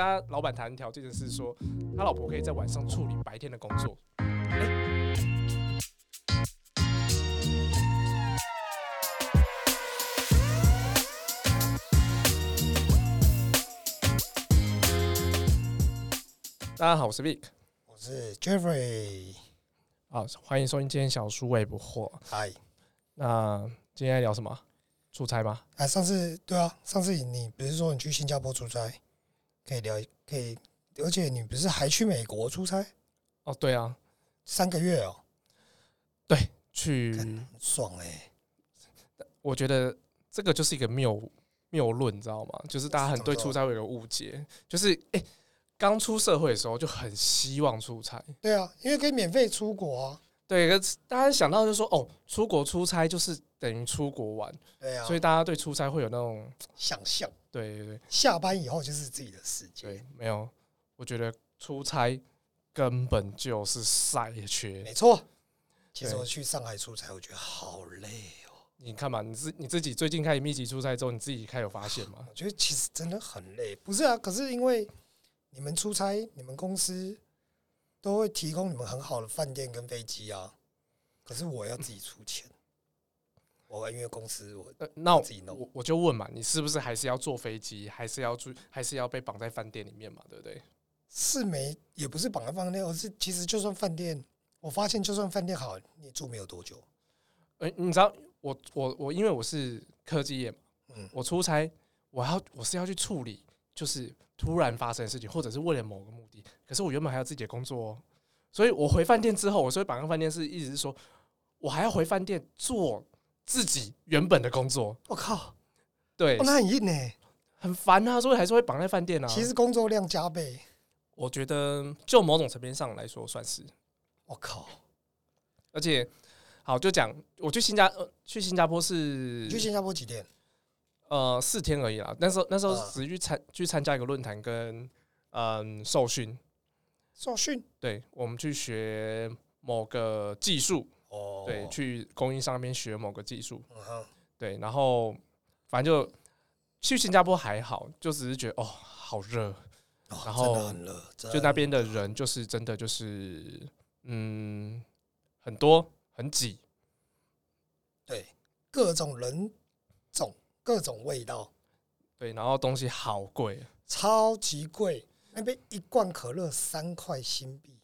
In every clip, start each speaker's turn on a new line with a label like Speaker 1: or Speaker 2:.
Speaker 1: 他老板谈条件的是说，他老婆可以在晚上处理白天的工作。大家好，我是 Vic，
Speaker 2: 我是 Jeffrey，
Speaker 1: 啊，欢迎收听今天小叔微不惑。
Speaker 2: 嗨，
Speaker 1: 那今天在聊什么？出差吗？
Speaker 2: 啊，上次对啊，上次你不是说你去新加坡出差，可以聊，可以，而且你不是还去美国出差
Speaker 1: 哦，对啊，
Speaker 2: 三个月哦，
Speaker 1: 去，
Speaker 2: 很爽哎、
Speaker 1: 我觉得这个就是一个谬谬论，你知道吗？就是大家很对出差会有个误解，就是哎，刚、出社会的时候就很希望出差，
Speaker 2: 对啊，因为可以免费出国啊，
Speaker 1: 对，可是大家想到就说哦，出国出差就是等于出国玩，
Speaker 2: 对啊，
Speaker 1: 所以大家对出差会有那种，
Speaker 2: 想象
Speaker 1: 对对对
Speaker 2: 下班以后就是自己的世界，
Speaker 1: 对，没有，我觉得出差根本就是赛缺，
Speaker 2: 没错。其实
Speaker 1: 对
Speaker 2: 我去上海出差，我觉得好累哦，
Speaker 1: 你看嘛，你自你自己最近开始密集出差之后，你自己开始有发现吗？
Speaker 2: 我觉得其实真的很累，不是啊？可是因为你们出差，你们公司都会提供你们很好的饭店跟飞机啊。可是我要自己出钱，我因为公司我
Speaker 1: 呃，那我
Speaker 2: 自己弄
Speaker 1: 我我就问嘛，你是不是还是要坐飞机，还是要住，还是要被绑在饭店里面嘛？对不对？
Speaker 2: 是没也不是绑在饭店，而是其实就算饭店，我发现就算饭店好，你住没有多久，
Speaker 1: 呃、你知道我我我，因为我是科技业嘛，
Speaker 2: 嗯
Speaker 1: 我出差，我要我是要去处理，就是突然发生的事情，或者是为了某个目的。可是我原本还有自己的工作哦，所以我回饭店之后，我所以绑在饭店是意思是说，我还要回饭店做自己原本的工作，
Speaker 2: 我、靠，
Speaker 1: 对，
Speaker 2: 哦、那很硬呢、
Speaker 1: 很烦啊，所以还是会绑在饭店啊。
Speaker 2: 其实工作量加倍，
Speaker 1: 我觉得就某种层面上来说算是，
Speaker 2: 我、靠，
Speaker 1: 而且好就讲，我去新加呃去新加坡是
Speaker 2: 你去新加坡几天？
Speaker 1: 呃四天而已啦，那时候那时候
Speaker 2: 嗯
Speaker 1: 只是去参去参加一个论坛跟嗯受训，
Speaker 2: 受训
Speaker 1: 对我们去学某个技术，
Speaker 2: 哦
Speaker 1: 对，去供应商那边学某个技术，
Speaker 2: 嗯哼，
Speaker 1: 对，然后反正就去新加坡还好，就只是觉得哦好热，
Speaker 2: 哦
Speaker 1: 然后
Speaker 2: 真的很热，真的
Speaker 1: 就那边的人就是真的就是嗯很多很挤，
Speaker 2: 对，各种人种、各种味道，
Speaker 1: 对，然后东西好贵，
Speaker 2: 超级贵。那边一罐可乐三块新币，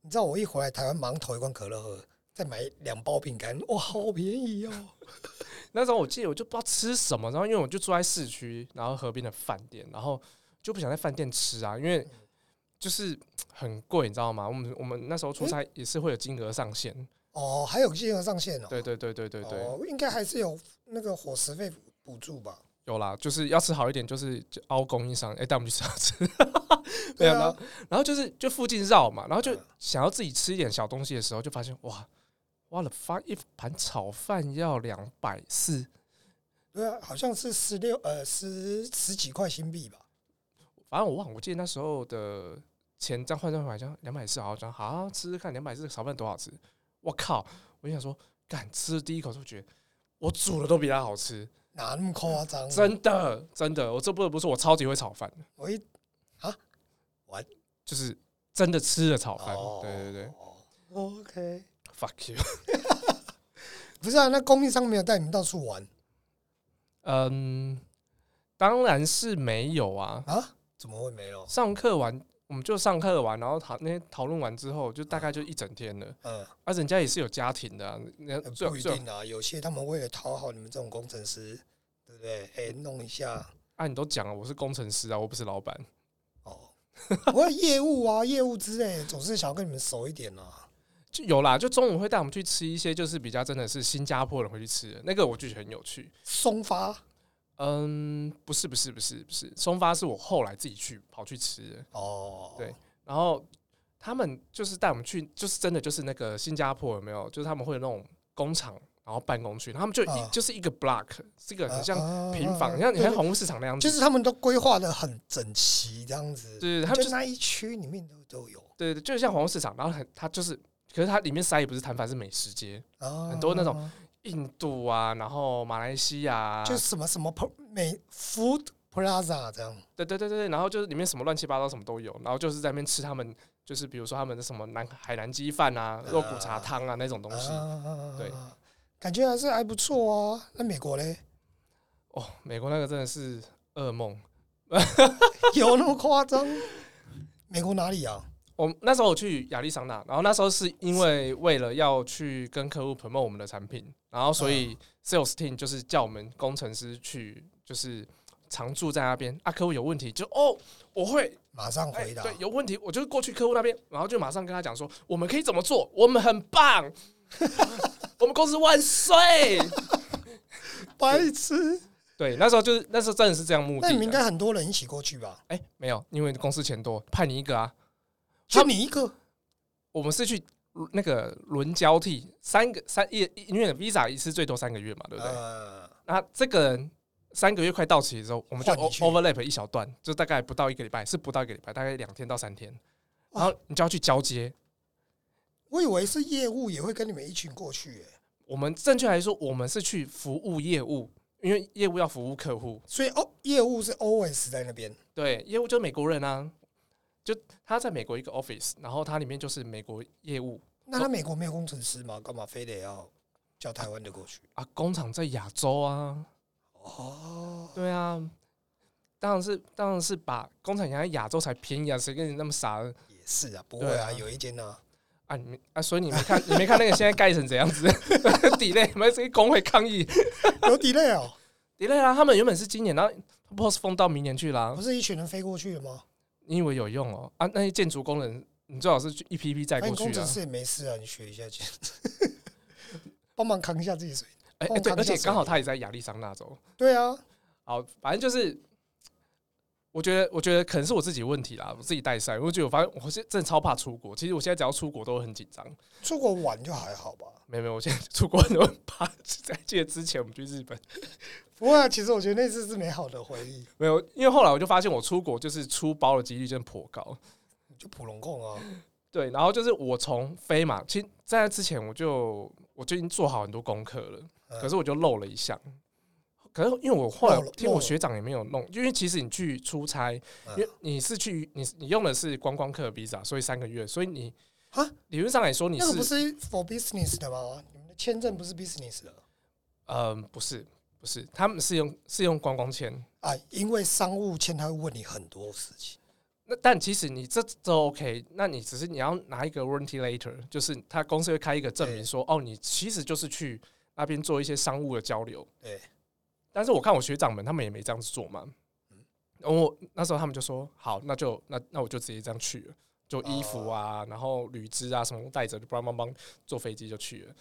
Speaker 2: 你知道我一回来台湾，忙投一罐可乐喝，再买两包饼干，哇，好便 宜哦！
Speaker 1: 那时候我记得我就不知道吃什么，然后因为我就住在市区，然后河边的饭店，然后就不想在饭店吃啊，因为就是很贵，你知道吗？我们我们那时候出差也是会有金额上限，
Speaker 2: 哦，还有金额上限哦，
Speaker 1: 对对对对对对，
Speaker 2: 哦，应该还是有那个伙食费补助吧？
Speaker 1: 有啦，就是要吃好一点，就是就凹供应商，哎、带我们去吃好吃，
Speaker 2: 对
Speaker 1: 对 啊，
Speaker 2: 啊
Speaker 1: 然后然后就是就附近绕嘛，然后就
Speaker 2: 嗯
Speaker 1: 想要自己吃一点小东西的时候，就发现哇，哇了发一盘炒饭要两百四，
Speaker 2: 对啊，好像是十六呃十十几块新币吧？
Speaker 1: 反正我忘，了，我记得那时候的钱这样换算回来，像两百四，好像好像吃吃看，两百四炒饭多好吃！我靠！我就想说，敢吃第一口就觉得我煮的都比它好吃，
Speaker 2: 哪那么夸张？
Speaker 1: 真的真的，我这不得不说，我超级会炒饭的，
Speaker 2: 我一
Speaker 1: 就是真的吃了炒饭。
Speaker 2: 哦，
Speaker 1: 对对对
Speaker 2: ，OK。
Speaker 1: ，fuck you。
Speaker 2: 不是啊，那供应商没有带你们到处玩
Speaker 1: 嗯，当然是没有啊。
Speaker 2: 啊？怎么会没有？
Speaker 1: 上课完，我们就上课完，然后讨那天讨论完之后，就大概就一整天了。
Speaker 2: 嗯，
Speaker 1: 而、人家也是有家庭的、啊，人家最
Speaker 2: 不一
Speaker 1: 最
Speaker 2: 定啊，有些他们为了讨好你们这种工程师，对不对？哎、弄一下
Speaker 1: 啊，你都讲了，我是工程师啊，我不是老板。
Speaker 2: 哦，不过业务啊，业务之类，总是想要跟你们熟一点啊。
Speaker 1: 就有啦，就中午会带我们去吃一些，就是比较真的是新加坡人会去吃的那个，我就觉得很有趣。
Speaker 2: 松发
Speaker 1: 嗯，不是不是不是不是，松发是我后来自己去跑去吃的，
Speaker 2: 哦，
Speaker 1: 对然后他们就是带我们去，就是真的就是那个新加坡有没有？就是他们会有那种工厂，然后办公区，他们就一、
Speaker 2: 啊
Speaker 1: 就是一个 block，是一个
Speaker 2: 啊，
Speaker 1: 很像平
Speaker 2: 啊
Speaker 1: 房，
Speaker 2: 啊
Speaker 1: 像你
Speaker 2: 对
Speaker 1: 像红屋市场那样子，
Speaker 2: 就是他们都规划的很整齐，这样子，
Speaker 1: 对，他们
Speaker 2: 就
Speaker 1: 就是
Speaker 2: 那一区里面都都有
Speaker 1: 对对，就像红屋市场，然后很它就是，可是它里面塞也不是摊贩，是美食街，
Speaker 2: 啊，
Speaker 1: 很多那种印度啊，然后马来西亚啊，
Speaker 2: 就什么什么 pro- 美 food Plaza 这样，
Speaker 1: 对对对对对，然后就是里面什么乱七八糟什么都有，然后就是在那边吃他们就是比如说他们的什么南海南鸡饭啊、肉骨茶汤啊那种东西。
Speaker 2: 啊
Speaker 1: 对，
Speaker 2: 感觉还是还不错啊。那美国嘞，
Speaker 1: 哦，美国那个真的是噩梦。
Speaker 2: 有那么夸张？美国哪里啊？
Speaker 1: 我那时候我去亚利桑那，然后那时候是因为为了要去跟客户 promote 我们的产品，然后所以 sales team 就是叫我们工程师去，就是常驻在那边啊，客户有问题就哦，我会
Speaker 2: 马上
Speaker 1: 哎、
Speaker 2: 回答。
Speaker 1: 对，有问题我就过去客户那边，然后就马上跟他讲说，我们可以怎么做，我们很棒， 我们公司万岁。
Speaker 2: 白痴，
Speaker 1: 对，那时候就是那时候真的是这样目的
Speaker 2: 那
Speaker 1: 的。
Speaker 2: 你们应该很多人一起过去吧？
Speaker 1: 哎、没有，因为公司钱多，派你一个啊。
Speaker 2: 就你一个
Speaker 1: 我们是去那个轮交替三个三一一因为 Visa 一次最多三个月嘛，对不对？
Speaker 2: 呃，
Speaker 1: 那这个人三个月快到期的时候，我们就
Speaker 2: 换你
Speaker 1: o-
Speaker 2: 去
Speaker 1: overlap 一小段，就大概不到一个礼拜，是不到一个礼拜，大概两天到三天，然后你就要去交接。
Speaker 2: 我以为是业务也会跟你们一群过去、耶。
Speaker 1: 我们正确来说，我们是去服务业务，因为业务要服务客户，
Speaker 2: 所以哦，业务是 always 在那边。
Speaker 1: 对，业务就是美国人啊。就他在美国一个 office，然后它里面就是美国业务
Speaker 2: 那他美国没有工程师吗？干嘛非得要叫台湾的过去？
Speaker 1: 啊，工厂在亚洲啊，
Speaker 2: 哦，
Speaker 1: 对啊，当然是当然是把工厂养在亚洲才便宜啊，谁跟你那么傻
Speaker 2: 也是啊，不会
Speaker 1: 对
Speaker 2: 啊，
Speaker 1: 啊
Speaker 2: 有一间啊，
Speaker 1: 啊？你没啊，所以你没看你没看那个现在盖成怎样子 ？delay，我们这个工会抗议
Speaker 2: 有 delay 哦，
Speaker 1: delay 啊！他们原本是今年，然后 postpone 到明年去啦
Speaker 2: 不。是一群人飞过去了吗？
Speaker 1: 你以为有用哦？啊，那些建筑工人，你最好是去一批批载
Speaker 2: 那
Speaker 1: 过
Speaker 2: 你工
Speaker 1: 去
Speaker 2: 程
Speaker 1: 啊。
Speaker 2: 师也没事啊，你学一下去， 帮忙扛一下自己水。
Speaker 1: 哎、
Speaker 2: 帮
Speaker 1: 哎
Speaker 2: 我
Speaker 1: 对，
Speaker 2: 哦扛一
Speaker 1: 而
Speaker 2: 下
Speaker 1: 且
Speaker 2: 水
Speaker 1: 刚好他也在亚利桑那州。
Speaker 2: 对啊，
Speaker 1: 好，反正就是，我觉得，我觉得可能是我自己问题啦，我自己带赛。我觉得我发现我是真的超怕出国，其实我现在只要出国都会很紧张。
Speaker 2: 出国玩就还好吧。
Speaker 1: 没有没有，我现在出国很怕。在记得之前我们去日本，
Speaker 2: 不过、啊、其实我觉得那次是美好的回忆，
Speaker 1: 没有，因为后来我就发现我出国就是出包的几率真的颇高。
Speaker 2: 就普龙控啊，
Speaker 1: 对，然后就是我从飞嘛，其实在那之前我就我就已经做好很多功课了，
Speaker 2: 嗯
Speaker 1: 可是我就漏了一项。可是因为我后来
Speaker 2: 漏了
Speaker 1: 听
Speaker 2: 漏
Speaker 1: 我
Speaker 2: 了嗯
Speaker 1: 学长也没有弄，因为其实你去出差，因为你是去你你用的是观光客 visa，所以三个月，所以你
Speaker 2: 啊
Speaker 1: 理论上来说你
Speaker 2: 那个不
Speaker 1: 是
Speaker 2: 是 for business 的吗？你们的签证不是 business 的
Speaker 1: 嗯不是不是，他们是用是用观光签，
Speaker 2: 啊？因为商务签他会问你很多事情，
Speaker 1: 那但其实你这都 OK，那你只是你要拿一个 warranty letter，就是他公司会开一个证明
Speaker 2: 对
Speaker 1: 说，哦，你其实就是去那边做一些商务的交流。
Speaker 2: 对。
Speaker 1: 但是我看我学长们他们也没这样子做嘛，
Speaker 2: 嗯
Speaker 1: 然后我那时候他们就说，好，那就那那我就直接这样去了，就衣服啊，
Speaker 2: 哦
Speaker 1: 然后铝制啊什么都带着，就梆梆梆坐飞机就去了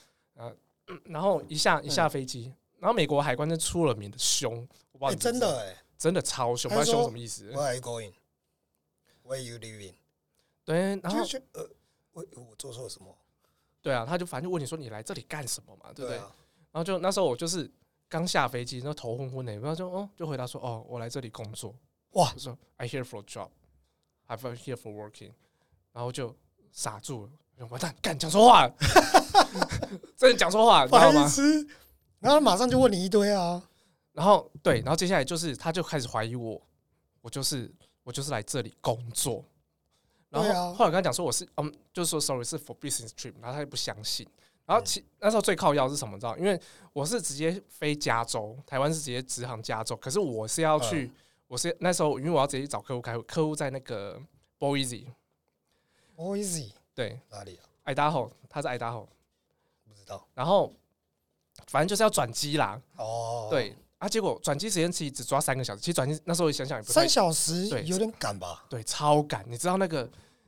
Speaker 1: 啊、嗯然后一下一下飞机，然后美国海关就出了名的凶，我不
Speaker 2: 嗯哎、
Speaker 1: 知道你知不知
Speaker 2: 真
Speaker 1: 道
Speaker 2: 的哎、
Speaker 1: 真的超凶，不
Speaker 2: 他
Speaker 1: 知道凶
Speaker 2: 说
Speaker 1: 什么意思
Speaker 2: w h e。r e are you going? Where are you living?
Speaker 1: 对，然后
Speaker 2: 就觉得呃，我我做错了什么？
Speaker 1: 对啊，他就反正就问你说你来这里干什么嘛，对不对？
Speaker 2: 啊，
Speaker 1: 然后就那时候我就是刚下飞机，然后头昏昏的，然后就哦就回答说哦我来这里工作，
Speaker 2: 哇
Speaker 1: 我说 I here for job, I'm here for working，然后就傻住了，我说完蛋，干讲错话了， 真的讲错话，你知道
Speaker 2: 白
Speaker 1: 吗？
Speaker 2: 痴！然后他马上就问你一堆啊，
Speaker 1: 然后对，然后接下来就是他就开始怀疑我，我就是我就是来这里工作。然后
Speaker 2: 对啊
Speaker 1: 后来我跟他讲说我是嗯，就是说 sorry 是 for business trip，然后他也不相信。然后
Speaker 2: 嗯
Speaker 1: 其那时候最靠腰是什么？你知道？因为我是直接飞加州，台湾是直接直航加州，可是我是要
Speaker 2: 嗯
Speaker 1: 去，我是那时候因为我要直接去找客户开会，客户在那个 Boise，
Speaker 2: b s y
Speaker 1: 对，
Speaker 2: Oh, 哪里啊？
Speaker 1: 爱达吼，他是爱达吼，
Speaker 2: 不知道
Speaker 1: 然后反正就是要转机啦，
Speaker 2: 哦。，
Speaker 1: 对。啊，结果转机时间其实只抓三个小时，其实转机那时候想想也不太
Speaker 2: 三小时
Speaker 1: 对
Speaker 2: 有点赶吧？
Speaker 1: 对，超赶。你知道那个，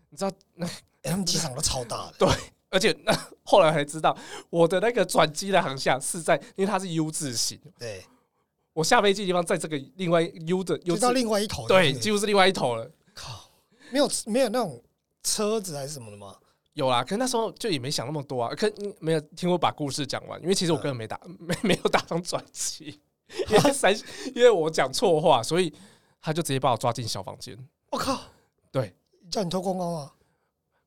Speaker 1: 你知道那，
Speaker 2: 哎、他们机场都超大的，
Speaker 1: 而且那 后来还知道我的那个转机的航向是在，因为它是 U 字形，
Speaker 2: 对，
Speaker 1: 我下飞机的地方在这个另外 U 的 U
Speaker 2: 就到
Speaker 1: 字，
Speaker 2: 另外一头就
Speaker 1: 对，
Speaker 2: 了
Speaker 1: 几乎是另外一头了。
Speaker 2: 靠，没有没有那种车子还是什么的吗？
Speaker 1: 有啦，可是那时候就也没想那么多啊，可嗯没有听我把故事讲完，因为其实
Speaker 2: 嗯
Speaker 1: 我根本没打，没没有打算转 机，因为三，因为我讲错话，所以他就直接把我抓进小房间。
Speaker 2: 我、靠，
Speaker 1: 对，
Speaker 2: 叫你偷光光啊？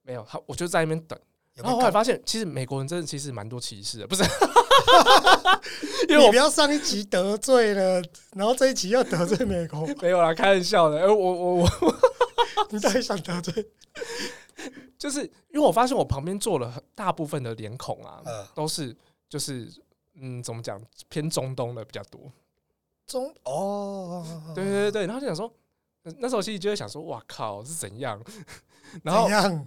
Speaker 1: 没有，他我就在那边等，
Speaker 2: 有
Speaker 1: 然
Speaker 2: 没
Speaker 1: 后
Speaker 2: 有
Speaker 1: 后来
Speaker 2: 看？
Speaker 1: 发现，其实美国人真的其实蛮多歧视的，不是因为
Speaker 2: 你
Speaker 1: 我
Speaker 2: 不要上一集得罪了，然后这一集要得罪美 国，
Speaker 1: 没有啦，开玩笑的。呃，我我我，
Speaker 2: 你到底想得罪？
Speaker 1: 就是因为我发现我旁边坐了很大部分的脸孔啊，
Speaker 2: 呃，
Speaker 1: 都是就是嗯，怎么讲偏中东的比较多。
Speaker 2: 中哦，
Speaker 1: 对对对对，然后就想说，呃那时候其实就会想说，哇靠，是怎样？ 然
Speaker 2: 怎
Speaker 1: 后
Speaker 2: 样？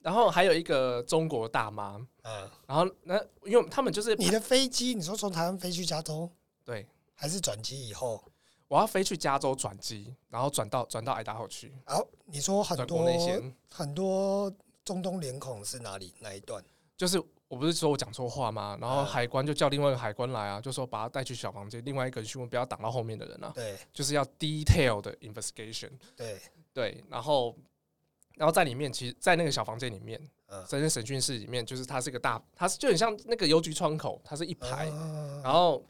Speaker 1: 然后还有一个中国大妈，
Speaker 2: 啊，
Speaker 1: 然后那因为他们就是
Speaker 2: 你的飞机，你说从台湾飞去加州，
Speaker 1: 对，
Speaker 2: 还是转机以后？
Speaker 1: 我要飞去加州转机，然后转到转到爱达荷去，
Speaker 2: 然后你说很
Speaker 1: 转国内
Speaker 2: 多
Speaker 1: 线。
Speaker 2: 很多中东脸孔是哪里哪一段？
Speaker 1: 就是我不是说我讲错话吗？然后
Speaker 2: 嗯
Speaker 1: 海关就叫另外一个海关来啊，就说把他带去小房间，另外一个人询问不要挡到后面的人啊，
Speaker 2: 对
Speaker 1: 就是要 detail 的 investigation。
Speaker 2: 对，
Speaker 1: 对，然后然后在里面，其实，在那个小房间里面，
Speaker 2: 嗯
Speaker 1: 在那审讯室里面，就是它是一个大，它是就很像那个邮局窗口，它是一排，
Speaker 2: 啊
Speaker 1: 然后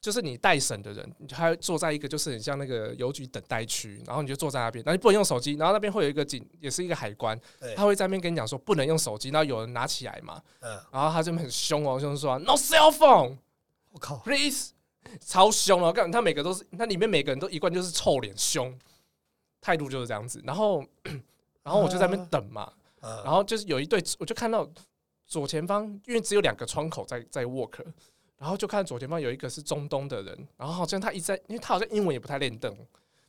Speaker 1: 就是你待审的人，你他坐在一个就是很像那个邮局等待区，然后你就坐在那边，然后你不能用手机，然后那边会有一个警，也是一个海关
Speaker 2: 对，
Speaker 1: 他会在那边跟你讲说不能用手机，然后有人拿起来嘛，
Speaker 2: 嗯，
Speaker 1: 然后他这边很凶哦，就是说 no cell phone
Speaker 2: 我靠，
Speaker 1: please，超凶哦，干他每个都是，他里面每个人都一贯就是臭脸凶，态度就是这样子，然后 然后我就在那边等嘛，然
Speaker 2: 嗯
Speaker 1: 后就是有一对，我就看到左前方，因为只有两个窗口在在 work，然后就看左前方有一个是中东的人，然后好像他一直在，因为他好像英文也不太练邓，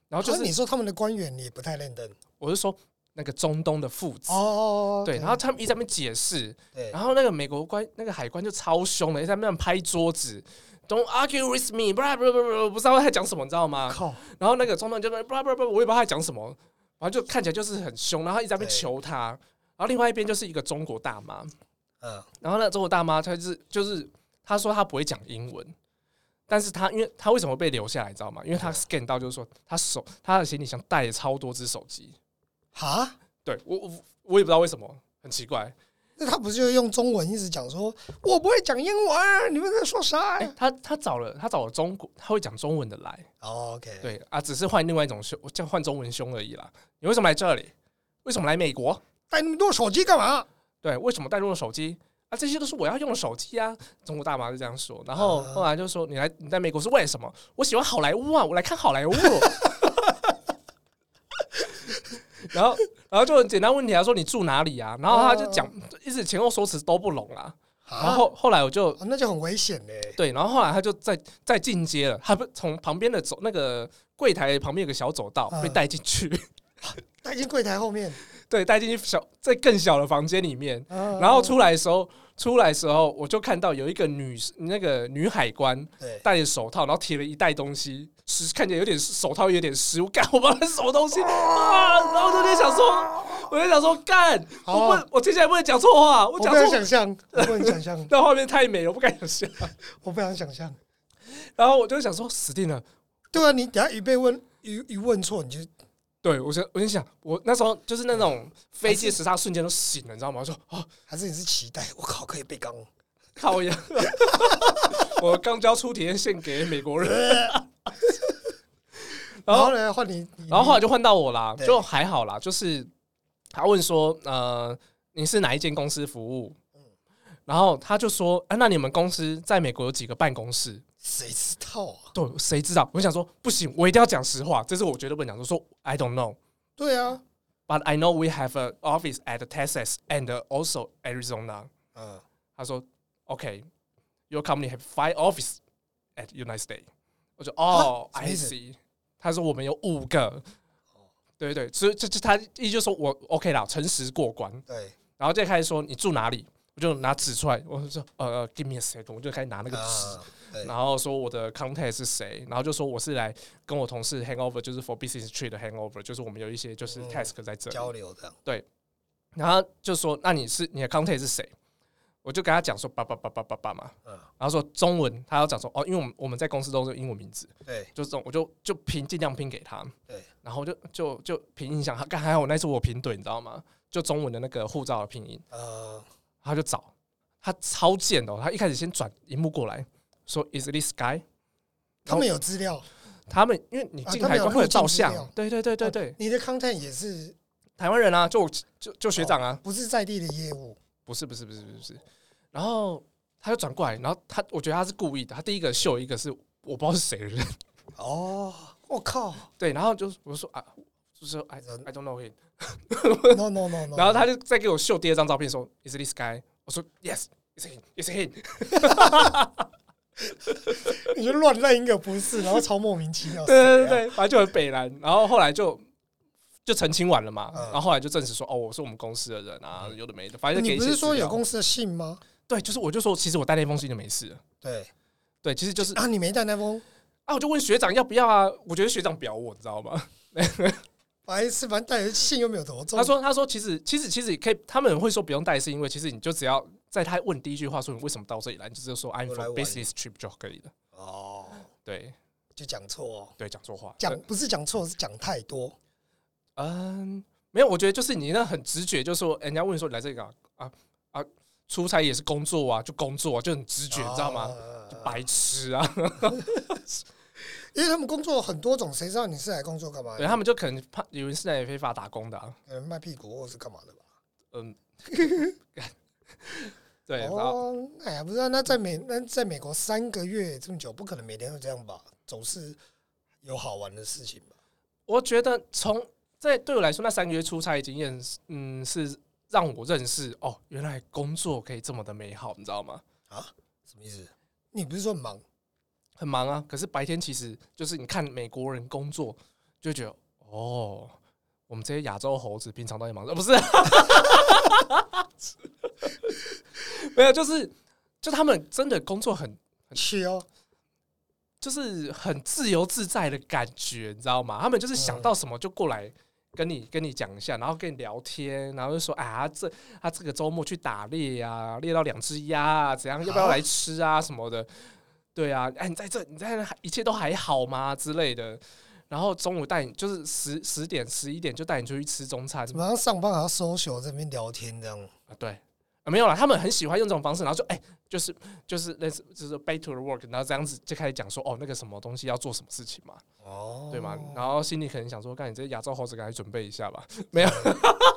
Speaker 1: 然后就
Speaker 2: 哦可是啊你
Speaker 1: 是
Speaker 2: 说他们的官员你也不太认得
Speaker 1: 我是说那个中东的父子，
Speaker 2: 哦，
Speaker 1: 对，
Speaker 2: OK，
Speaker 1: 然后他们一直在那边解释，
Speaker 2: 对
Speaker 1: 然后那个美国官那个海关就超凶的，一直在那边拍桌子。Don't argue with me，不不不不，不知道他在讲什么，你知道 吗？
Speaker 2: 靠，
Speaker 1: 然后那个中东就在那边不不不，我也不知道他在讲什么，反正就看起来就是很凶，然后一直在那边
Speaker 2: 对
Speaker 1: 求他。然后另外一边就是一个中国大妈，
Speaker 2: 嗯
Speaker 1: 然后那中国大妈她就是就是她说她不会讲英文，但是她因为她为什么被留下来，你知道吗？因为她 scan 到就是说她手她的行李箱带了超多只手机，
Speaker 2: 哈，
Speaker 1: 对我我我也不知道为什么，很奇怪。
Speaker 2: 那他不是就用中文一直讲说我不会讲英文，你们在说啥
Speaker 1: 哎、
Speaker 2: 呀？
Speaker 1: 她她找了她找了中国，她会讲中文的来，
Speaker 2: 哦，OK，
Speaker 1: 对啊，只是换另外一种凶，叫换中文凶而已啦。你为什么来这里？为什么来美国？
Speaker 2: 带那么多手机干嘛？
Speaker 1: 对，为什么带入了手机？啊，这些都是我要用的手机啊！中国大妈就这样说，然后
Speaker 2: 啊
Speaker 1: 后来就说你来你在美国是为什么？我喜欢好莱坞啊，我来看好莱坞。 然后，然后就很简单问题啊，说你住哪里啊？然后他就讲，一直前后说辞都不拢啦。
Speaker 2: 啊
Speaker 1: 然后后来我就
Speaker 2: 哦那就很危险嘞。
Speaker 1: 对，然后后来他就再再进阶了，他不从旁边的走那个柜台旁边有个小走道被
Speaker 2: 嗯
Speaker 1: 带进去，
Speaker 2: 带进柜台后面，
Speaker 1: 对，带进去小在更小的房间里面，
Speaker 2: 然
Speaker 1: 然后出来的时候，出来的时候我就看到有一个女那个女海关
Speaker 2: 对，
Speaker 1: 戴着手套，然后提了一袋东西，湿看起来有点手套有点湿，我干我不知道那是什么东
Speaker 2: 哦
Speaker 1: 西啊！然后我就在想说，我就想说干，我
Speaker 2: 好啊
Speaker 1: 不我接下来不能讲错话，我
Speaker 2: 我
Speaker 1: 讲
Speaker 2: 不敢
Speaker 1: 错
Speaker 2: 想象，我不敢想象，
Speaker 1: 那画面太美了，我不敢想象。
Speaker 2: 我不敢想象。
Speaker 1: 然后我就想说死定了，
Speaker 2: 对啊，你等下一被问一一问错，你就
Speaker 1: 对我想我就想我那时候就是那种飞机的时差瞬间都醒了，你知道吗？我说啊
Speaker 2: 还是你是期待，我靠，可以被刚。
Speaker 1: 靠呀！ 我刚交出体验献给美国人， 然
Speaker 2: 然
Speaker 1: 后
Speaker 2: 后呢，换你，你
Speaker 1: 然后后来就换到我啦，
Speaker 2: 对
Speaker 1: 就还好啦，就是他问说，呃，你是哪一间公司服务？
Speaker 2: 嗯
Speaker 1: 然后他就说，啊，那你们公司在美国有几个办公室？
Speaker 2: 谁知道啊？
Speaker 1: 对，谁知道？我想说，不行，我一定要讲实话，这是我绝对不能讲说，说 I don't know。
Speaker 2: 对啊，
Speaker 1: But I know we have an office at Texas and also Arizona.
Speaker 2: 嗯，
Speaker 1: 他说，OK, your company have five office at United States。我就哦
Speaker 2: 啊什么
Speaker 1: ，I
Speaker 2: 意思哦
Speaker 1: see。他说我们有五个，对对对，所以这这他意思就是说我 OK 啦，诚实过关。
Speaker 2: 对，
Speaker 1: 然后就开始说你住哪里，我就拿纸出来，我就说呃呃，give me a second，我就开始拿那个纸。
Speaker 2: 啊，对，
Speaker 1: 然后说我的 contact 是谁，然后就说我是来跟我同事 hangover，就是 for business trip 的 hangover，就是我们有一些就是
Speaker 2: 嗯
Speaker 1: task 在这里。
Speaker 2: 交流这样，
Speaker 1: 然后就说那你是你的 contact 是谁？我就跟他讲说爸爸爸爸爸爸嘛，
Speaker 2: 嗯，
Speaker 1: 然后说中文，他要讲说哦，因为我们我们在公司都是英文名字，
Speaker 2: 对，
Speaker 1: 就这种我就就拼尽量拼给他，
Speaker 2: 对，
Speaker 1: 然后就就就拼印象，他刚还好我那次我拼对，你知道吗？就中文的那个护照的拼音，
Speaker 2: 呃，
Speaker 1: 他就找他超贱的哦、他一开始先转荧幕过来说 Is this guy？
Speaker 2: 他们有资料，
Speaker 1: 他们因为你进
Speaker 2: 啊他们
Speaker 1: 台
Speaker 2: 有哦
Speaker 1: 湾会有照
Speaker 2: 入境
Speaker 1: 相
Speaker 2: 资料，
Speaker 1: 对对对对对，
Speaker 2: 你的 content 也是
Speaker 1: 台湾人啊，就就就学长啊，
Speaker 2: 不是在地的业务，
Speaker 1: 不是不是不是不是不是，然后他就转过来，然后他我觉得他是故意的，他第一个秀一个是我不知道是谁的人，
Speaker 2: 哦，我靠
Speaker 1: 对，然后就是我就说啊，就是 I
Speaker 2: 人
Speaker 1: I don't know him，
Speaker 2: ，no no no no，
Speaker 1: 然后他就再给我秀第二张照片说 Is this guy？我说 Yes。It's him, it's him。
Speaker 2: 你就乱认一个不哦是，哎然后超莫名其妙，啊
Speaker 1: 对对对对，反正就很北蓝。然后后来就就澄清完了嘛，
Speaker 2: 嗯
Speaker 1: 然后后来就证实说，哦，我是我们公司的人啊，有的没的，反正就给
Speaker 2: 你
Speaker 1: 一
Speaker 2: 不
Speaker 1: 些
Speaker 2: 是说
Speaker 1: 资料
Speaker 2: 有公司的信吗？
Speaker 1: 对，就是我就说，其实我带那封信就没事了。
Speaker 2: 对
Speaker 1: 对，其实就是
Speaker 2: 啊，你没带那封，
Speaker 1: 啊，我就问学长要不要啊？我觉得学长表我，你知道吗？
Speaker 2: 白痴，反正带的信又没有多重。
Speaker 1: 他说，他说，其实其实其实也可以，他们会说不用带，是因为其实你就只要在他问第一句话说你为什么到这里来，你就只有说 I'm
Speaker 2: 我
Speaker 1: for
Speaker 2: 来玩
Speaker 1: business trip 就可以了。
Speaker 2: 哦，
Speaker 1: 对
Speaker 2: 就讲错、哦，
Speaker 1: 对，讲错话，
Speaker 2: 讲不是讲错，是讲太多。
Speaker 1: 嗯，没有，我觉得就是你那很直觉，就说人家问说你来这里干嘛啊啊，出差也是工作啊，就工作、啊，就很直觉，你知道吗？就
Speaker 2: 啊？
Speaker 1: 白痴啊！
Speaker 2: 因为他们工作很多种，谁知道你是来工作干嘛的？
Speaker 1: 对啊他们就可能怕有人是来非法打工的、啊，
Speaker 2: 可能卖屁股或是干嘛的吧？
Speaker 1: 嗯，对，然后
Speaker 2: 哦，哎呀，不知道。那在美那在美国三个月这么久，不可能每天都这样吧？总是有好玩的事情吧？
Speaker 1: 我觉得从在对我来说那三个月出差的经验，嗯，是让我认识哦，原来工作可以这么的美好，你知道吗？
Speaker 2: 什么意思？你不是说很忙？
Speaker 1: 很忙啊，可是白天其实就是你看美国人工作，就觉得哦，我们这些亚洲猴子平常都在忙，呃、不是、 没有，就是就他们真的工作很
Speaker 2: 去哦，
Speaker 1: 就是很自由自在的感觉，你知道吗？他们就是想到什么就过来跟你跟你讲一下，然后跟你聊天，然后就说啊，这他这个周末去打猎啊，猎到两只鸭啊，怎样，要不要来吃啊什么的？对啊，哎，你在这，你在那一切都还好吗之类的？然后中午带你就是十十点十一点就带你出去吃中餐，
Speaker 2: 怎么样上班还要 social 这边聊天这样？
Speaker 1: 啊，对啊，没有啦，他们很喜欢用这种方式，然后就哎、就是就是类似就是 back to the work，然后这样子就开始讲说哦，那个什么东西要做什么事情嘛，
Speaker 2: 哦，
Speaker 1: 对吗？然后心里可能想说，干你这亚洲猴子，赶快准备一下吧。没有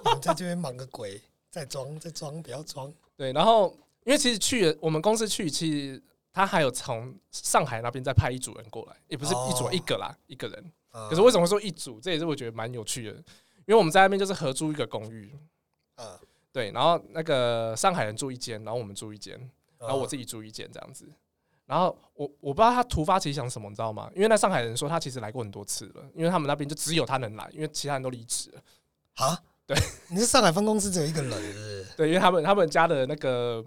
Speaker 2: 你们在这边忙个鬼， 再装再装，不要装。
Speaker 1: 对，然后因为其实去了我们公司去，其实他还有从上海那边再派一组人过来，也不是一组、
Speaker 2: 哦
Speaker 1: 一个啦，一个人。
Speaker 2: 啊
Speaker 1: 可是为什么会说一组？这也是我觉得蛮有趣的，因为我们在那边就是合租一个公寓，
Speaker 2: 啊，
Speaker 1: 对，然后那个上海人住一间，然后我们住一间，然
Speaker 2: 然
Speaker 1: 后我自己住一间这样子。然后我我不知道他突发奇想什么，你知道吗？因为那上海人说他其实来过很多次了，因为他们那边就只有他能来，因为其他人都离职了。
Speaker 2: 啊，
Speaker 1: 对，
Speaker 2: 你是上海分公司只有一个人是不是，
Speaker 1: 对，因为他们他们家的那个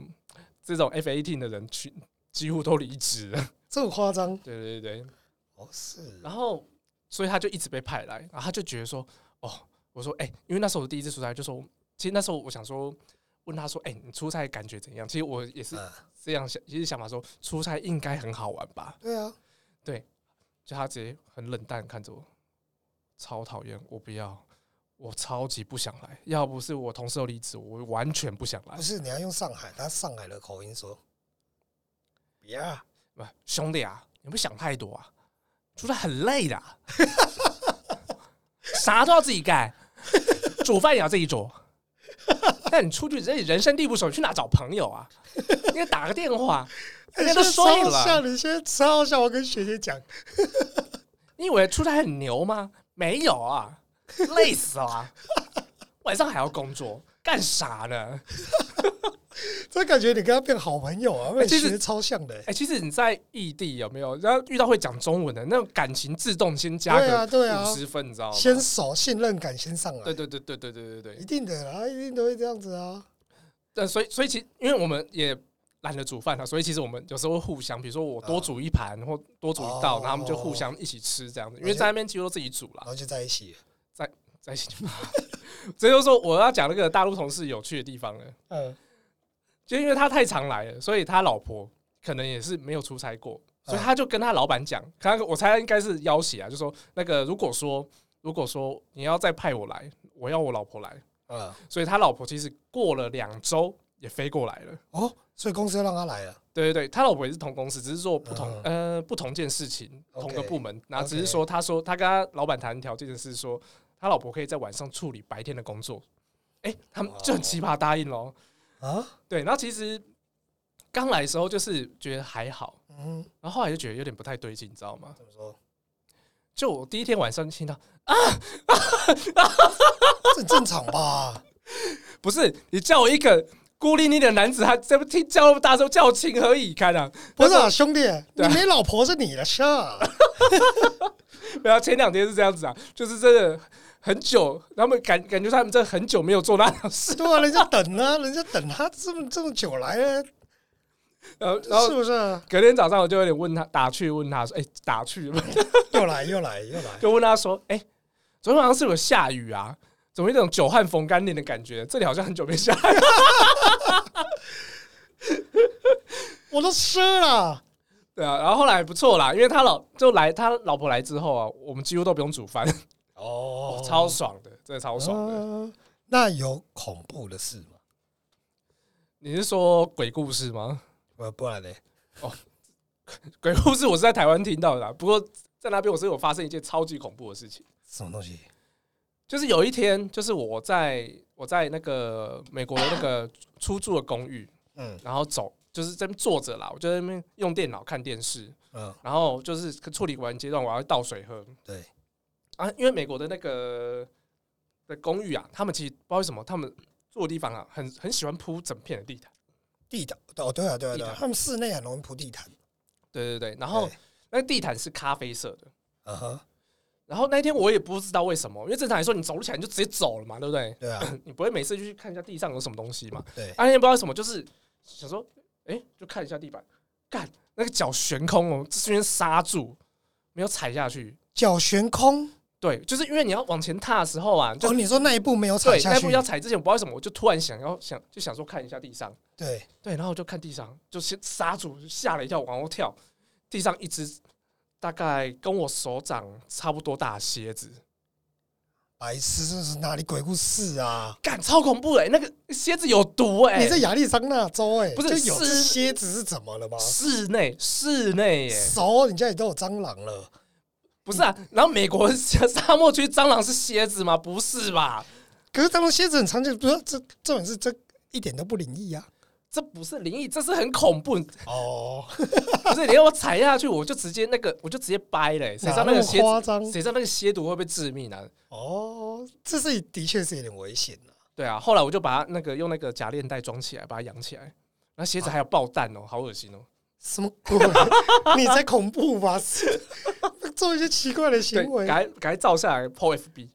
Speaker 1: 这种 F 1 8的人群几乎都离职了。
Speaker 2: 这么夸张？
Speaker 1: 对对对对，
Speaker 2: 哦，是
Speaker 1: 然后所以他就一直被派来，然后他就觉得说，哦，我说哎、因为那时候我第一次出差，就说其实那时候我想说。问他说：“哎、你出差感觉怎样？”其实我也是
Speaker 2: 啊，
Speaker 1: 这样想，也是想法说出差应该很好玩吧。
Speaker 2: 对啊，
Speaker 1: 就他直接很冷淡地看着我，超讨厌，我不要，我超级不想来。要不是我同事都离职，我完全不想来
Speaker 2: 不。是你要用上海，他上海的口音说，别啊，
Speaker 1: 不，兄弟啊，你们想太多啊，出差很累的啊，啥都要自己干，煮饭也要自己煮。但你出去这人生地不熟，你去哪找朋友啊？你给打个电话，人家都睡
Speaker 2: 超
Speaker 1: 哎了。
Speaker 2: 像，你现在超像我跟学姐讲，
Speaker 1: 你以为出差很牛吗？没有啊，累死了啊、晚上还要工作，干啥呢？
Speaker 2: 这感觉你跟他变好朋友啊，
Speaker 1: 哎
Speaker 2: 其
Speaker 1: 其实
Speaker 2: 实超像的、
Speaker 1: 哎、其实你在异地有没有？然后遇到会讲中文的，那种感情自动先加
Speaker 2: 对
Speaker 1: 个
Speaker 2: 啊，对啊，
Speaker 1: 五十分，你知道吗？
Speaker 2: 先手信任感先上来，
Speaker 1: 对对对对对对对
Speaker 2: 一
Speaker 1: 对。
Speaker 2: 定的啊，一定都会这样子啊。
Speaker 1: 但所以所以其因为我们也懒得煮饭啊了，所以其实我们有时候会互相，比如说我多煮一盘或多煮一道，
Speaker 2: 嗯哦
Speaker 1: 然后他们就互相一起吃这样子。因
Speaker 2: 而
Speaker 1: 为
Speaker 2: 且啊
Speaker 1: 在那边几乎都自己煮
Speaker 2: 然
Speaker 1: 啦，
Speaker 2: 后就在一起，
Speaker 1: 在一起就。这就是说我要讲那个大陆同事有趣的地方了，
Speaker 2: 嗯，
Speaker 1: 就因为他太常来了，所以他老婆可能也是没有出差过，
Speaker 2: 嗯
Speaker 1: 所以他就跟他老板讲，可能我猜他应该是要挟啊，就说那个如果说如果说你要再派我来，我要我老婆来，
Speaker 2: 嗯，
Speaker 1: 所以他老婆其实过了两周也飞过来了。
Speaker 2: 哦，所以公司要让他来啊了，
Speaker 1: 对对对，他老婆也是同公司，只是做不同、呃不同件事情，
Speaker 2: 嗯 OK
Speaker 1: 同个部门。然后
Speaker 2: OK
Speaker 1: 只是说，他说他跟他老板谈条件的是说，他老婆可以在晚上处理白天的
Speaker 2: 哦
Speaker 1: 工作。哎、他们就很奇葩答应喽。
Speaker 2: 啊，
Speaker 1: 对，然后其实刚来的时候就是觉得还好，
Speaker 2: 嗯，
Speaker 1: 然后后来就觉得有点不太对劲，你知道吗？
Speaker 2: 怎么说？
Speaker 1: 就我第一天晚上听到，
Speaker 2: 这很正常吧？
Speaker 1: 不是你叫我一个孤零零的男子汉，这不听叫那么大声，叫我情何以堪啊？
Speaker 2: 不是、啊，兄弟，
Speaker 1: 对啊
Speaker 2: 你没老婆是你的事啊儿。
Speaker 1: 然后前两天是这样子啊，就是真的很久，他们感感觉他们真的很久没有做那种事，
Speaker 2: 对啊，人家等啊，人家等他这么这么久来了，
Speaker 1: 然后然
Speaker 2: 是啊
Speaker 1: 后
Speaker 2: 不是？
Speaker 1: 隔天早上我就有点问他打趣问他说，哎、打趣
Speaker 2: 又来又来又来，
Speaker 1: 就问他说，哎、昨天晚上是不是有下雨啊？怎么有一种久旱逢甘霖的感觉？这里好像很久没下雨。
Speaker 2: 我都湿了。
Speaker 1: 对啊，然后后来不错啦，因为他老就来他老婆来之后啊，我们几乎都不用煮饭，
Speaker 2: 哦
Speaker 1: 哦、超爽的，真的超爽的。
Speaker 2: 嗯那有恐怖的事吗？
Speaker 1: 你是说鬼故事吗？
Speaker 2: 不不然呢？
Speaker 1: 鬼故事我是在台湾听到的啦，不过在那边我是有发生一件超级恐怖的事情，
Speaker 2: 什么东西？
Speaker 1: 就是有一天，就是我在我在那个美国的那个出租的公寓，
Speaker 2: 嗯
Speaker 1: 然后走就是在那边坐着啦，我就在那边用电脑看电视，
Speaker 2: 嗯，
Speaker 1: 然后就是处理完阶段，我要倒水喝
Speaker 2: 对，
Speaker 1: 啊，因为美国的那个的公寓啊，他们其实不知道为什么，他们住的地方啊，很很喜欢铺整片的地毯。
Speaker 2: 地毯哦，对啊对啊
Speaker 1: 地
Speaker 2: 对啊
Speaker 1: 毯，
Speaker 2: 他们室内很容易铺地毯。
Speaker 1: 对对对，然后
Speaker 2: 对
Speaker 1: 那个地毯是咖啡色的。
Speaker 2: 嗯哼，
Speaker 1: 然后那一天我也不知道为什么，因为正常来说你走路起来你就直接走了嘛，对不对？
Speaker 2: 对 啊
Speaker 1: 你不会每次就去看一下地上有什么东西嘛？
Speaker 2: 对，
Speaker 1: 啊，那天不知道为什么，就是想说，哎、就看一下地板，干那个脚悬空哦，这边刹住，没有踩下去。
Speaker 2: 脚悬空
Speaker 1: 对，就是因为你要往前踏的时候啊，就
Speaker 2: 哦，你说那一步没有踩
Speaker 1: 对，
Speaker 2: 下
Speaker 1: 那一
Speaker 2: 去
Speaker 1: 步，要踩之前，我不知道为什么，我就突然想要想就想说看一下地上，
Speaker 2: 对，
Speaker 1: 对，然后我就看地上，就先刹住，就吓了一跳，往后跳，地上一只大概跟我手掌差不多大的蝎子，
Speaker 2: 白痴，这是哪里鬼故事啊？
Speaker 1: 干超恐怖哎、那个蝎子有毒哎、
Speaker 2: 你在亚利桑那州哎，
Speaker 1: 不是
Speaker 2: 就有
Speaker 1: 是
Speaker 2: 这蝎子是怎么了吗？
Speaker 1: 室内室内耶、
Speaker 2: 熟，你家里都有蟑螂了。
Speaker 1: 不是啊，然后美国沙漠区蟑螂是蝎子吗？不是吧？
Speaker 2: 可是蟑螂蝎子很常见，不是这重点是这一点都不灵异啊。
Speaker 1: 这不是灵异，这是很恐怖。
Speaker 2: 哦，
Speaker 1: 不是，你要我踩下去，我就直接那个，我就直接掰了、欸。谁知道那
Speaker 2: 哪
Speaker 1: 个
Speaker 2: 么
Speaker 1: 蝎
Speaker 2: 夸
Speaker 1: 子，
Speaker 2: 张？
Speaker 1: 谁知道那个蝎毒会不会致命啊？
Speaker 2: 哦，这是的确是有点危险啊。
Speaker 1: 对啊，后来我就把它那个用那个假链带装起来，把它养起来。那鞋子还有爆弹哦、好恶心哦、
Speaker 2: 什么鬼？ 你在恐怖吧？是做一些奇怪的
Speaker 1: 对
Speaker 2: 行，为，
Speaker 1: 赶快赶快照下来 po FB。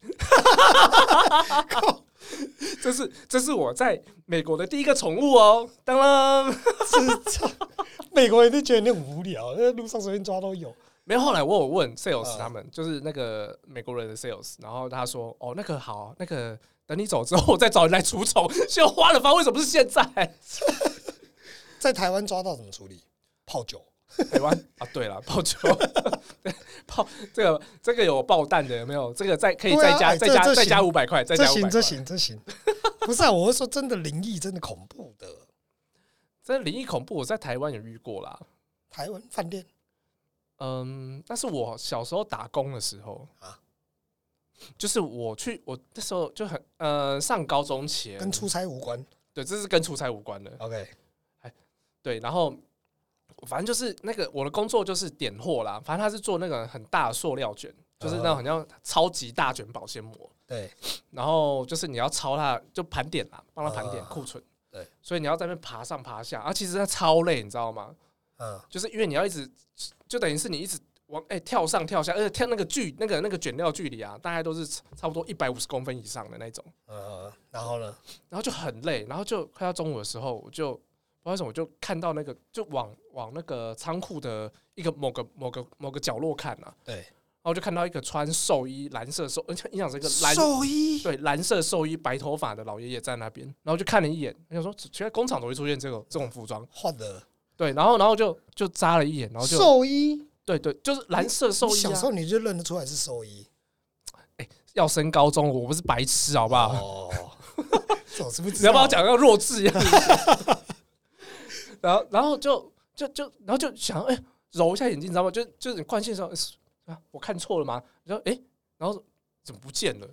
Speaker 1: 这是这是我在美国的第一个宠物哦、当当，
Speaker 2: 是这 美国人都觉得你很无聊，那路上随便抓都有。
Speaker 1: 没有。后来我有问 sales
Speaker 2: 嗯
Speaker 1: 他们，就是那个美国人的 sales，然后他说：“哦，那个好，那个等你走之后，我再找人来除 虫。”现在花了方为什么是现在？
Speaker 2: 在台湾抓到怎么处理？泡酒。
Speaker 1: 台湾 啊，对了，爆 球，爆这个这个有爆弹的有没有？这个再可以
Speaker 2: 对啊
Speaker 1: 再加
Speaker 2: 哎
Speaker 1: 再
Speaker 2: 这
Speaker 1: 加
Speaker 2: 这
Speaker 1: 再加
Speaker 2: 行
Speaker 1: 五百块，再
Speaker 2: 这
Speaker 1: 加五
Speaker 2: 行
Speaker 1: 百
Speaker 2: 这
Speaker 1: 块。
Speaker 2: 行这行，不是啊，我是说真的灵异，真的恐怖的。
Speaker 1: 这灵异恐怖我在台湾有遇过啦，
Speaker 2: 台湾饭店
Speaker 1: 嗯，但是我小时候打工的时候
Speaker 2: 啊
Speaker 1: 就是我去我那时候就很呃上高中前，
Speaker 2: 跟出差无关。
Speaker 1: 对，这是跟出差无关的，
Speaker 2: OK，
Speaker 1: 对，然后。反正就是那个我的工作就是点货啦，反正他是做那个很大的塑料卷，就是那种很像超级大卷保鲜膜，
Speaker 2: 对，
Speaker 1: 然后就是你要抄它，就盘点啦，帮他盘点
Speaker 2: 啊
Speaker 1: 库存。
Speaker 2: 对，
Speaker 1: 所以你要在那边爬上爬下，啊，其实它超累，你知道吗？
Speaker 2: 嗯，
Speaker 1: 就是因为你要一直，就等于是你一直往哎、跳上跳下，而且跳那个距那个那个卷料距离啊，大概都是差不多一百五十公分以上的那种，
Speaker 2: 呃，然后呢？
Speaker 1: 然后就很累，然后就快到中午的时候，我就不知道为什么我就看到那个就往往那个仓库的一个某个某个某个角落看啊，
Speaker 2: 对，
Speaker 1: 然后我就看到一个穿寿衣蓝色寿，而且印象是一个蓝
Speaker 2: 兽医
Speaker 1: 对，蓝色寿衣、白头发的老爷爷在那边，然后就看了一眼，我想说，其实工厂怎么会出现这个这种服装？
Speaker 2: 换的
Speaker 1: 对，然后然后就就扎了一眼，然后就
Speaker 2: 兽医，
Speaker 1: 对对，就是蓝色寿
Speaker 2: 你
Speaker 1: 衣、
Speaker 2: 小时
Speaker 1: 啊。
Speaker 2: 候你就认得出来是兽医，
Speaker 1: 要升高中，我不是白痴，好不好？
Speaker 2: 哦， 这我是啊不知
Speaker 1: 你要把
Speaker 2: 道
Speaker 1: 我讲到弱智一样。 然后然后就就就然后就想，哎、揉一下眼睛，你知道吗？就就是你惯性说、哎是啊，我看错了吗？然后哎、然后怎么不见了？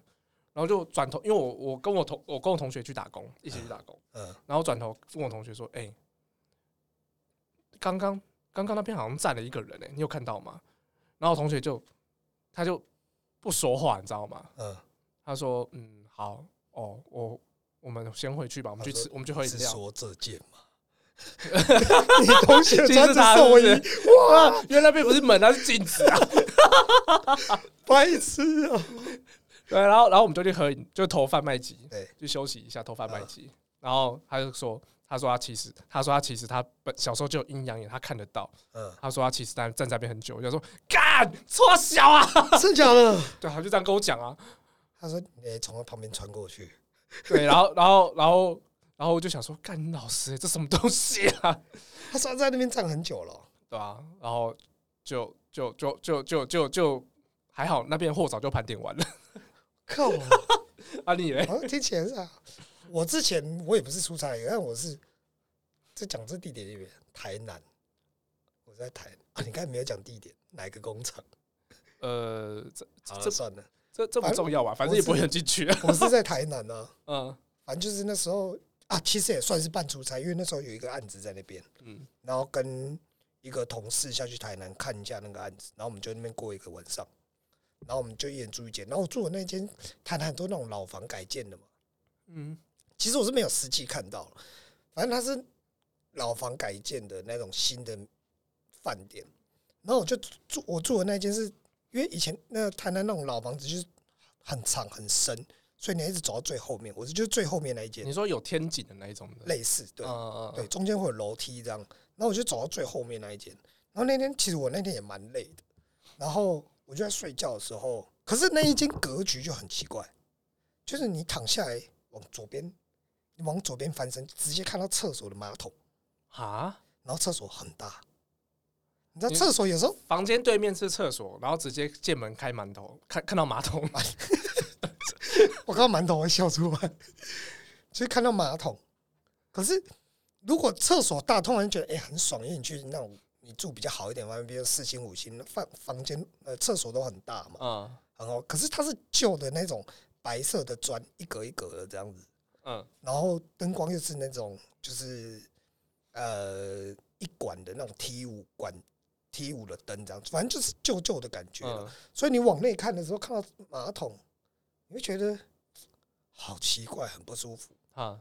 Speaker 1: 然后就转头，因为我我跟我同我跟我同学去打工，一起去打工。
Speaker 2: 嗯，
Speaker 1: 然后转头问我同学说：“哎、刚刚刚刚那边好像站了一个人哎、你有看到吗？然后我同学就他就不说话，你知道吗？
Speaker 2: 嗯，
Speaker 1: 他说嗯好哦，我我们先回去吧，我们去
Speaker 2: 他说
Speaker 1: 吃，我们去喝饮
Speaker 2: 是
Speaker 1: 料。
Speaker 2: 说这件 吗？你同学穿着寿衣，
Speaker 1: 其实
Speaker 2: 哇，
Speaker 1: 原来那边不是门，那是镜子啊。
Speaker 2: 白痴啊！
Speaker 1: 对，然后然后我们就去喝饮，就投贩卖机，
Speaker 2: 对，嗯
Speaker 1: 就休息一下投贩卖机。然后他就说，他说他其实，他说他其实他本小时候就有阴阳眼，他看得到。
Speaker 2: 嗯，
Speaker 1: 他说他其实在站在那边很久，我就说干错小啊，
Speaker 2: 真假的？
Speaker 1: 对，他就这样跟我讲啊。
Speaker 2: 他说你从他旁边穿过去，
Speaker 1: 对，然后然后然后然后我就想说，干你老师、这什么东西啊，
Speaker 2: 他说他在那边站很久了哦、
Speaker 1: 对吧、啊然后就就就就就就就还好，那边货早就盘点完了。
Speaker 2: 靠啊！
Speaker 1: 啊你嘞？
Speaker 2: 好像听起来是啊。我之前我也不是出差，但我是这讲这地点里面，台南，我在台啊，你刚才没有讲地点，哪个工厂？
Speaker 1: 呃，这
Speaker 2: 好
Speaker 1: 这
Speaker 2: 了，算了，
Speaker 1: 这这不重要吧，反正也不会很进去。
Speaker 2: 我是在台南啊，
Speaker 1: 嗯
Speaker 2: 反正就是那时候啊，其实也算是半出差，因为那时候有一个案子在那边，
Speaker 1: 嗯。
Speaker 2: 然后跟一个同事下去台南看一下那个案子，然后我们就在那边过一个晚上，然后我们就一人住一间，然后我住的那间台南很多那种老房改建的嘛，
Speaker 1: 嗯
Speaker 2: 其实我是没有实际看到，反正它是老房改建的那种新的饭店。然后我就住我住的那间是，因为以前那个台南那种老房子就是很长很深，所以你要一直走到最后面。我是就是最后面那一间
Speaker 1: 你，说有天井的那一种的，
Speaker 2: 类似对、
Speaker 1: 嗯
Speaker 2: 对，，中间会有楼梯这样。然后我就走到最后面那一间。然后那天其实我那天也蛮累的，然后我就在睡觉的时候，可是那一间格局就很奇怪，就是你躺下来往左边，你往左边翻身，直接看到厕所的马桶，
Speaker 1: 啊，
Speaker 2: 然后厕所很大。你知道
Speaker 1: 你
Speaker 2: 厕所有时候
Speaker 1: 房间对面是厕所，然后直接见门开馒头，看看到马桶，
Speaker 2: 哎我看到馒头会笑出来，就是看到马桶。可是如果厕所大，通常就觉得哎、诶很爽，因为你去那种你住比较好一点的外面，比如四星五星，那房房间呃厕所都很大嘛，
Speaker 1: 嗯
Speaker 2: 然后可是它是旧的那种白色的砖，一格一格的这样子，
Speaker 1: 嗯
Speaker 2: 然后灯光又是那种就是呃一管的那种 T 五管 T 五的灯这样子，反正就是旧旧的感觉啦
Speaker 1: 嗯，
Speaker 2: 所以你往内看的时候，看到马桶，你会觉得好奇怪，很不舒服。
Speaker 1: 啊，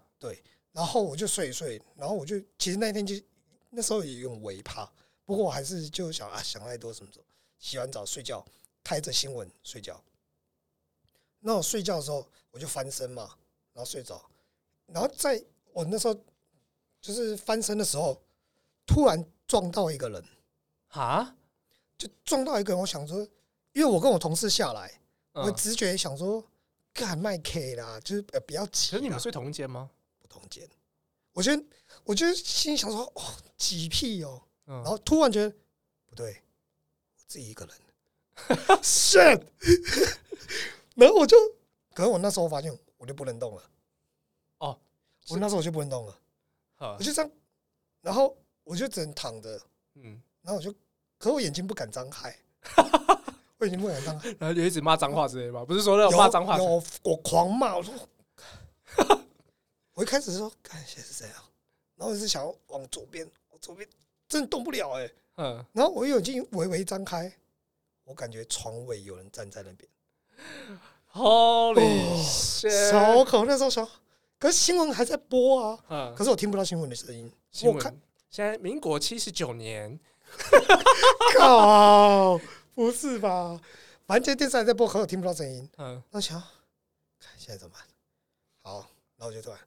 Speaker 2: 然后我就睡一睡，然后我就其实那天就那时候也有点微怕，不过我还是就想啊，想太多什么什么，洗完澡睡觉，开着新闻睡觉。那我睡觉的时候，我就翻身嘛，然后睡着，然后在我那时候就是翻身的时候，突然撞到一个人，
Speaker 1: 啊，
Speaker 2: 就撞到一个人，我想说，因为我跟我同事下来。我啊
Speaker 1: 嗯，
Speaker 2: 直觉想说，干卖 K 啦，就是呃不要急
Speaker 1: 可
Speaker 2: 啦。
Speaker 1: 是你们睡同一间吗？
Speaker 2: 不同间，我觉得我就心里想说，哦，急屁哦，
Speaker 1: 嗯
Speaker 2: 然，后突然觉得不对，我自己一个人 ，shit，然后我就，可是我那时候发现我就不能动了，
Speaker 1: 哦，嗯
Speaker 2: 我那时候我就不能动了，
Speaker 1: 好
Speaker 2: 我，啊就这样，然后我就只能躺着，
Speaker 1: 嗯，
Speaker 2: 然后我就，可我眼睛不敢张开，我眼睛不敢张开。
Speaker 1: 然后就一直骂脏话之类吧，不是说那种
Speaker 2: 有
Speaker 1: 骂脏话，
Speaker 2: 有我狂骂，我说， 我一开始说，看现在是这样，然后我是想要往左边，往左边真的动不了哎、
Speaker 1: 嗯，
Speaker 2: 然后我眼睛微微张开，我感觉床尾有人站在那边，
Speaker 1: Holy
Speaker 2: 哦
Speaker 1: shit！
Speaker 2: 超恐怖那时候想，可是新闻还在播啊，
Speaker 1: 嗯，
Speaker 2: 可是我听不到新闻的声音，
Speaker 1: 新
Speaker 2: 我看
Speaker 1: 闻，现在民国七十九年，
Speaker 2: 靠，不是吧？反正今天电视还在播，可是我听不到声音。
Speaker 1: 嗯，
Speaker 2: 我想，看现在怎么办？好，然后我就突然，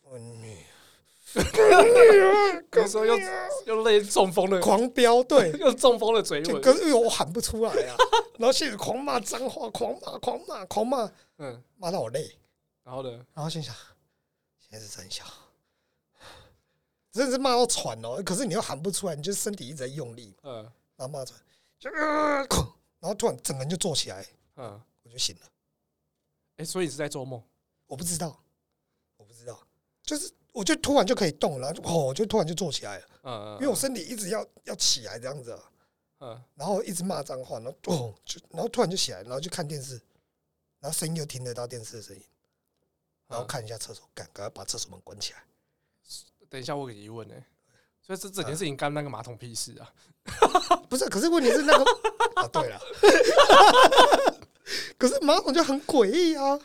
Speaker 2: 滚女，
Speaker 1: 比如说又
Speaker 2: 啊
Speaker 1: 又类似中风的，
Speaker 2: 狂飙，对，
Speaker 1: 又中风的嘴
Speaker 2: 啊就
Speaker 1: 吻，
Speaker 2: 可 是因为我喊不出来啊，然后心里狂骂脏话，狂骂，狂骂，狂骂，
Speaker 1: 嗯，
Speaker 2: 骂到我累，
Speaker 1: 然后呢，
Speaker 2: 然后心想，现在是真小，真的是骂到喘哦，可是你又喊不出来，你就身体一直在用力，
Speaker 1: 嗯
Speaker 2: 然后骂出来，就、呃哐然后突然整个人就坐起来，
Speaker 1: 嗯，
Speaker 2: 我就醒了。
Speaker 1: 哎，所以是在做梦，
Speaker 2: 我不知道，我不知道，就是我就突然就可以动了，然后就哦，我就突然就坐起来了，
Speaker 1: 嗯，嗯
Speaker 2: 因为我身体一直要要起来这样子啊，
Speaker 1: 嗯
Speaker 2: 然后一直骂脏话，然后哦，就然后突然就起来，然后就看电视，然后声音又听得到电视的声音，然后看一下厕所，赶赶快把厕所门关起来。
Speaker 1: 等一下，我有个疑问呢、欸所以这
Speaker 2: 嗯
Speaker 1: 整件事情干那个马桶屁事 啊！
Speaker 2: 不是，可是问题是那个 啊，对了，可是马桶就很诡异啊，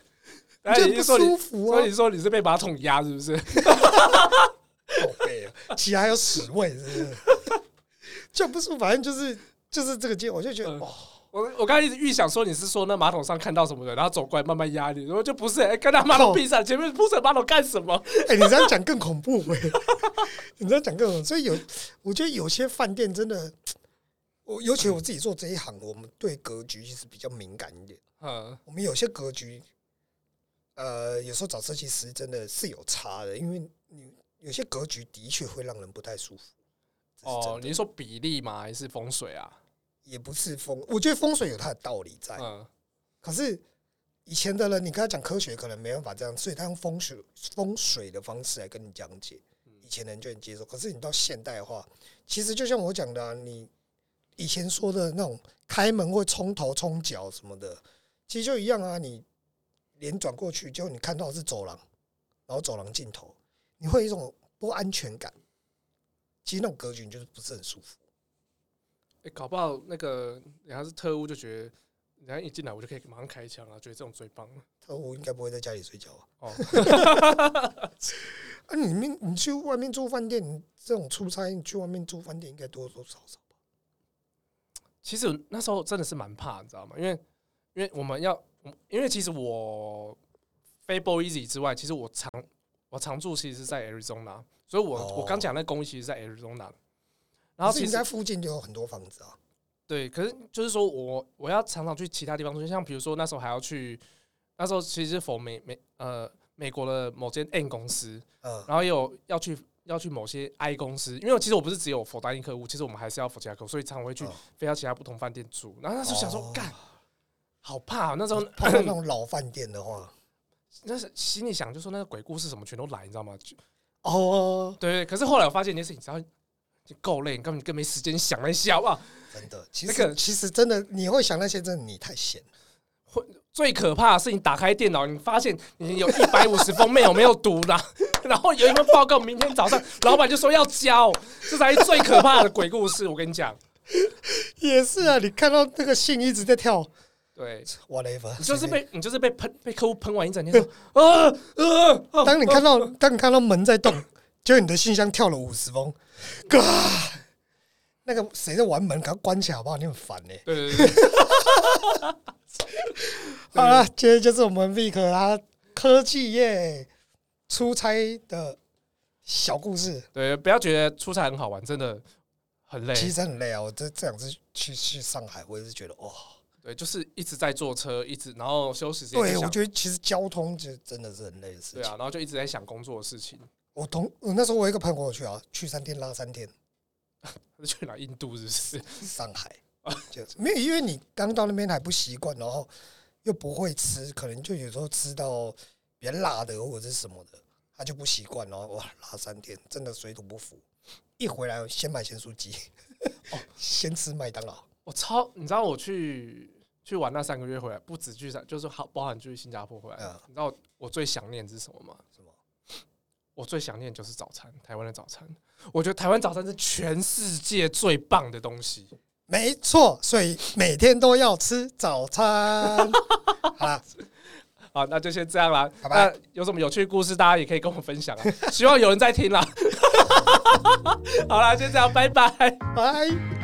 Speaker 1: 大家
Speaker 2: 就
Speaker 1: 已
Speaker 2: 很
Speaker 1: 经
Speaker 2: 不
Speaker 1: 哎说你
Speaker 2: 舒服
Speaker 1: 所
Speaker 2: 啊
Speaker 1: 以，你说你是被马桶压是不是？
Speaker 2: 宝贝啊，起来还有屎味，是不是？就很不舒服，反正就是就是这个劲，我就觉得
Speaker 1: 嗯
Speaker 2: 哦，
Speaker 1: 我我刚才一直预想说你是说那马桶上看到什么的，然后走过来慢慢压你，然后就不是、欸，看到马桶
Speaker 2: 哦
Speaker 1: 屁上，前面铺成马桶干什么？
Speaker 2: 哎、你这样讲更恐怖哎、 你这样讲更恐怖，所以有，我觉得有些饭店真的，我尤其我自己做这一行，我们对格局其实比较敏感一点。
Speaker 1: 嗯，
Speaker 2: 我们有些格局，呃，有时候找设计师真的是有差的，因为你有些格局的确会让人不太舒服。这是真
Speaker 1: 哦你
Speaker 2: 的，
Speaker 1: 是说比例吗？还是风水啊？
Speaker 2: 也不是风，我觉得风水有它的道理在，
Speaker 1: 嗯，
Speaker 2: 可是。以前的人，你跟他讲科学，可能没办法这样，所以他用风水风水的方式来跟你讲解
Speaker 1: 嗯。
Speaker 2: 以前人就能接受，可是你到现代化，其实就像我讲的、啊，你以前说的那种开门会冲头冲脚什么的，其实就一样啊。你脸转过去，结果你看到的是走廊，然后走廊尽头，你会有一种不安全感。其实那种格局你就是不是很舒服。
Speaker 1: 欸搞不好那个人家是特务，就觉得人家一进来我就可以马上开枪了，觉得这种最棒了。
Speaker 2: 他我应该不会在家里睡觉啊。
Speaker 1: 哦，
Speaker 2: 啊，你们你去外面住饭店，你这种出差，你去外面住饭店应该多多少少吧？
Speaker 1: 其实我那时候真的是蛮怕，你知道吗？因为因为我们要，因为其实我非 b o Easy 之外，其实我常我常住其实是在 Arizona，所以我、
Speaker 2: 哦
Speaker 1: 我刚讲那公寓其实在 Arizona，然后
Speaker 2: 可是
Speaker 1: 其
Speaker 2: 你
Speaker 1: 实
Speaker 2: 在附近就有很多房子啊。
Speaker 1: 对，可是就是说我我要常常去其他地方住，就像比如说那时候还要去，那时候其实是否美美呃美国的某间 N 公司，
Speaker 2: 嗯，
Speaker 1: 然后也有要去要去某些 I 公司，因为其实我不是只有否单一客户，其实我们还是要否其他客户，所以常常会去
Speaker 2: 哦
Speaker 1: 飞到其他不同饭店住。然后那时候想
Speaker 2: 哦
Speaker 1: 说，干、好怕、哦，那时 候
Speaker 2: 碰到那种老饭店的话，
Speaker 1: 那是心里想就说那个鬼故事什么全都来，你知道吗？就
Speaker 2: 哦，
Speaker 1: 对对，可是后来我发现一件事情，只要就够累，你根本更没时间想那些好不好？
Speaker 2: 真的，其
Speaker 1: 那
Speaker 2: 实、
Speaker 1: 个
Speaker 2: 其实真的，你会想那些，真的你 太闲了。
Speaker 1: 最可怕的是你打开电脑，你发现你有一百五十封 mail 没有读的， 然后有一份报告明天早上老板就说要交，这才是最可怕的鬼故事。我跟你讲，
Speaker 2: 也是啊，你看到那个信一直在跳
Speaker 1: 对。
Speaker 2: ，whatever，
Speaker 1: 你就是
Speaker 2: 随便。
Speaker 1: 被你就是被喷被客户喷完一整天说啊啊，啊
Speaker 2: 当你看到当你看到门在动，就你的信箱跳了五十封，哥，那个谁在玩门，赶快关起来好不好？你很烦欸呢、
Speaker 1: 对对对对，
Speaker 2: 好了，今天就是我们 Vic 他科技业出差的小故事。
Speaker 1: 对 不要觉得出差很好玩，真的很累。
Speaker 2: 其实很累啊，我这这两次去去上海，我也是觉得哇、
Speaker 1: 对，就是一直在坐车，一直然后休息时间在
Speaker 2: 对
Speaker 1: 想。
Speaker 2: 我觉得其实交通就真的是很累的事
Speaker 1: 对
Speaker 2: 情。
Speaker 1: 啊，然后就一直在想工作的事情。
Speaker 2: 我同我那时候我有一个朋友跟我去啊，去三天拉三天，
Speaker 1: 去哪印度是不是？
Speaker 2: 上海就没有，因为你刚到那边还不习惯，然后又不会吃，可能就有时候吃到比较辣的或者是什么的，他就不习惯，然后哇拉三天，真的水土不服。一回来先买咸酥鸡，哦， 先吃麦当劳，
Speaker 1: 我超，你知道我去去玩那三个月回来，不止去三，就是好包含去新加坡回来。
Speaker 2: 嗯
Speaker 1: 你知道我我最想念的是什么吗？
Speaker 2: 什么？
Speaker 1: 我最想念就是早餐，台湾的早餐。我觉得台湾早餐是全世界最棒的东西。
Speaker 2: 没错，所以每天都要吃早餐。好啦，
Speaker 1: 好，那就先这样啦。
Speaker 2: 拜拜
Speaker 1: 那有什么有趣的故事，大家也可以跟我分享啊。 希望有人在听啦。好啦，就这样，拜拜。
Speaker 2: 拜。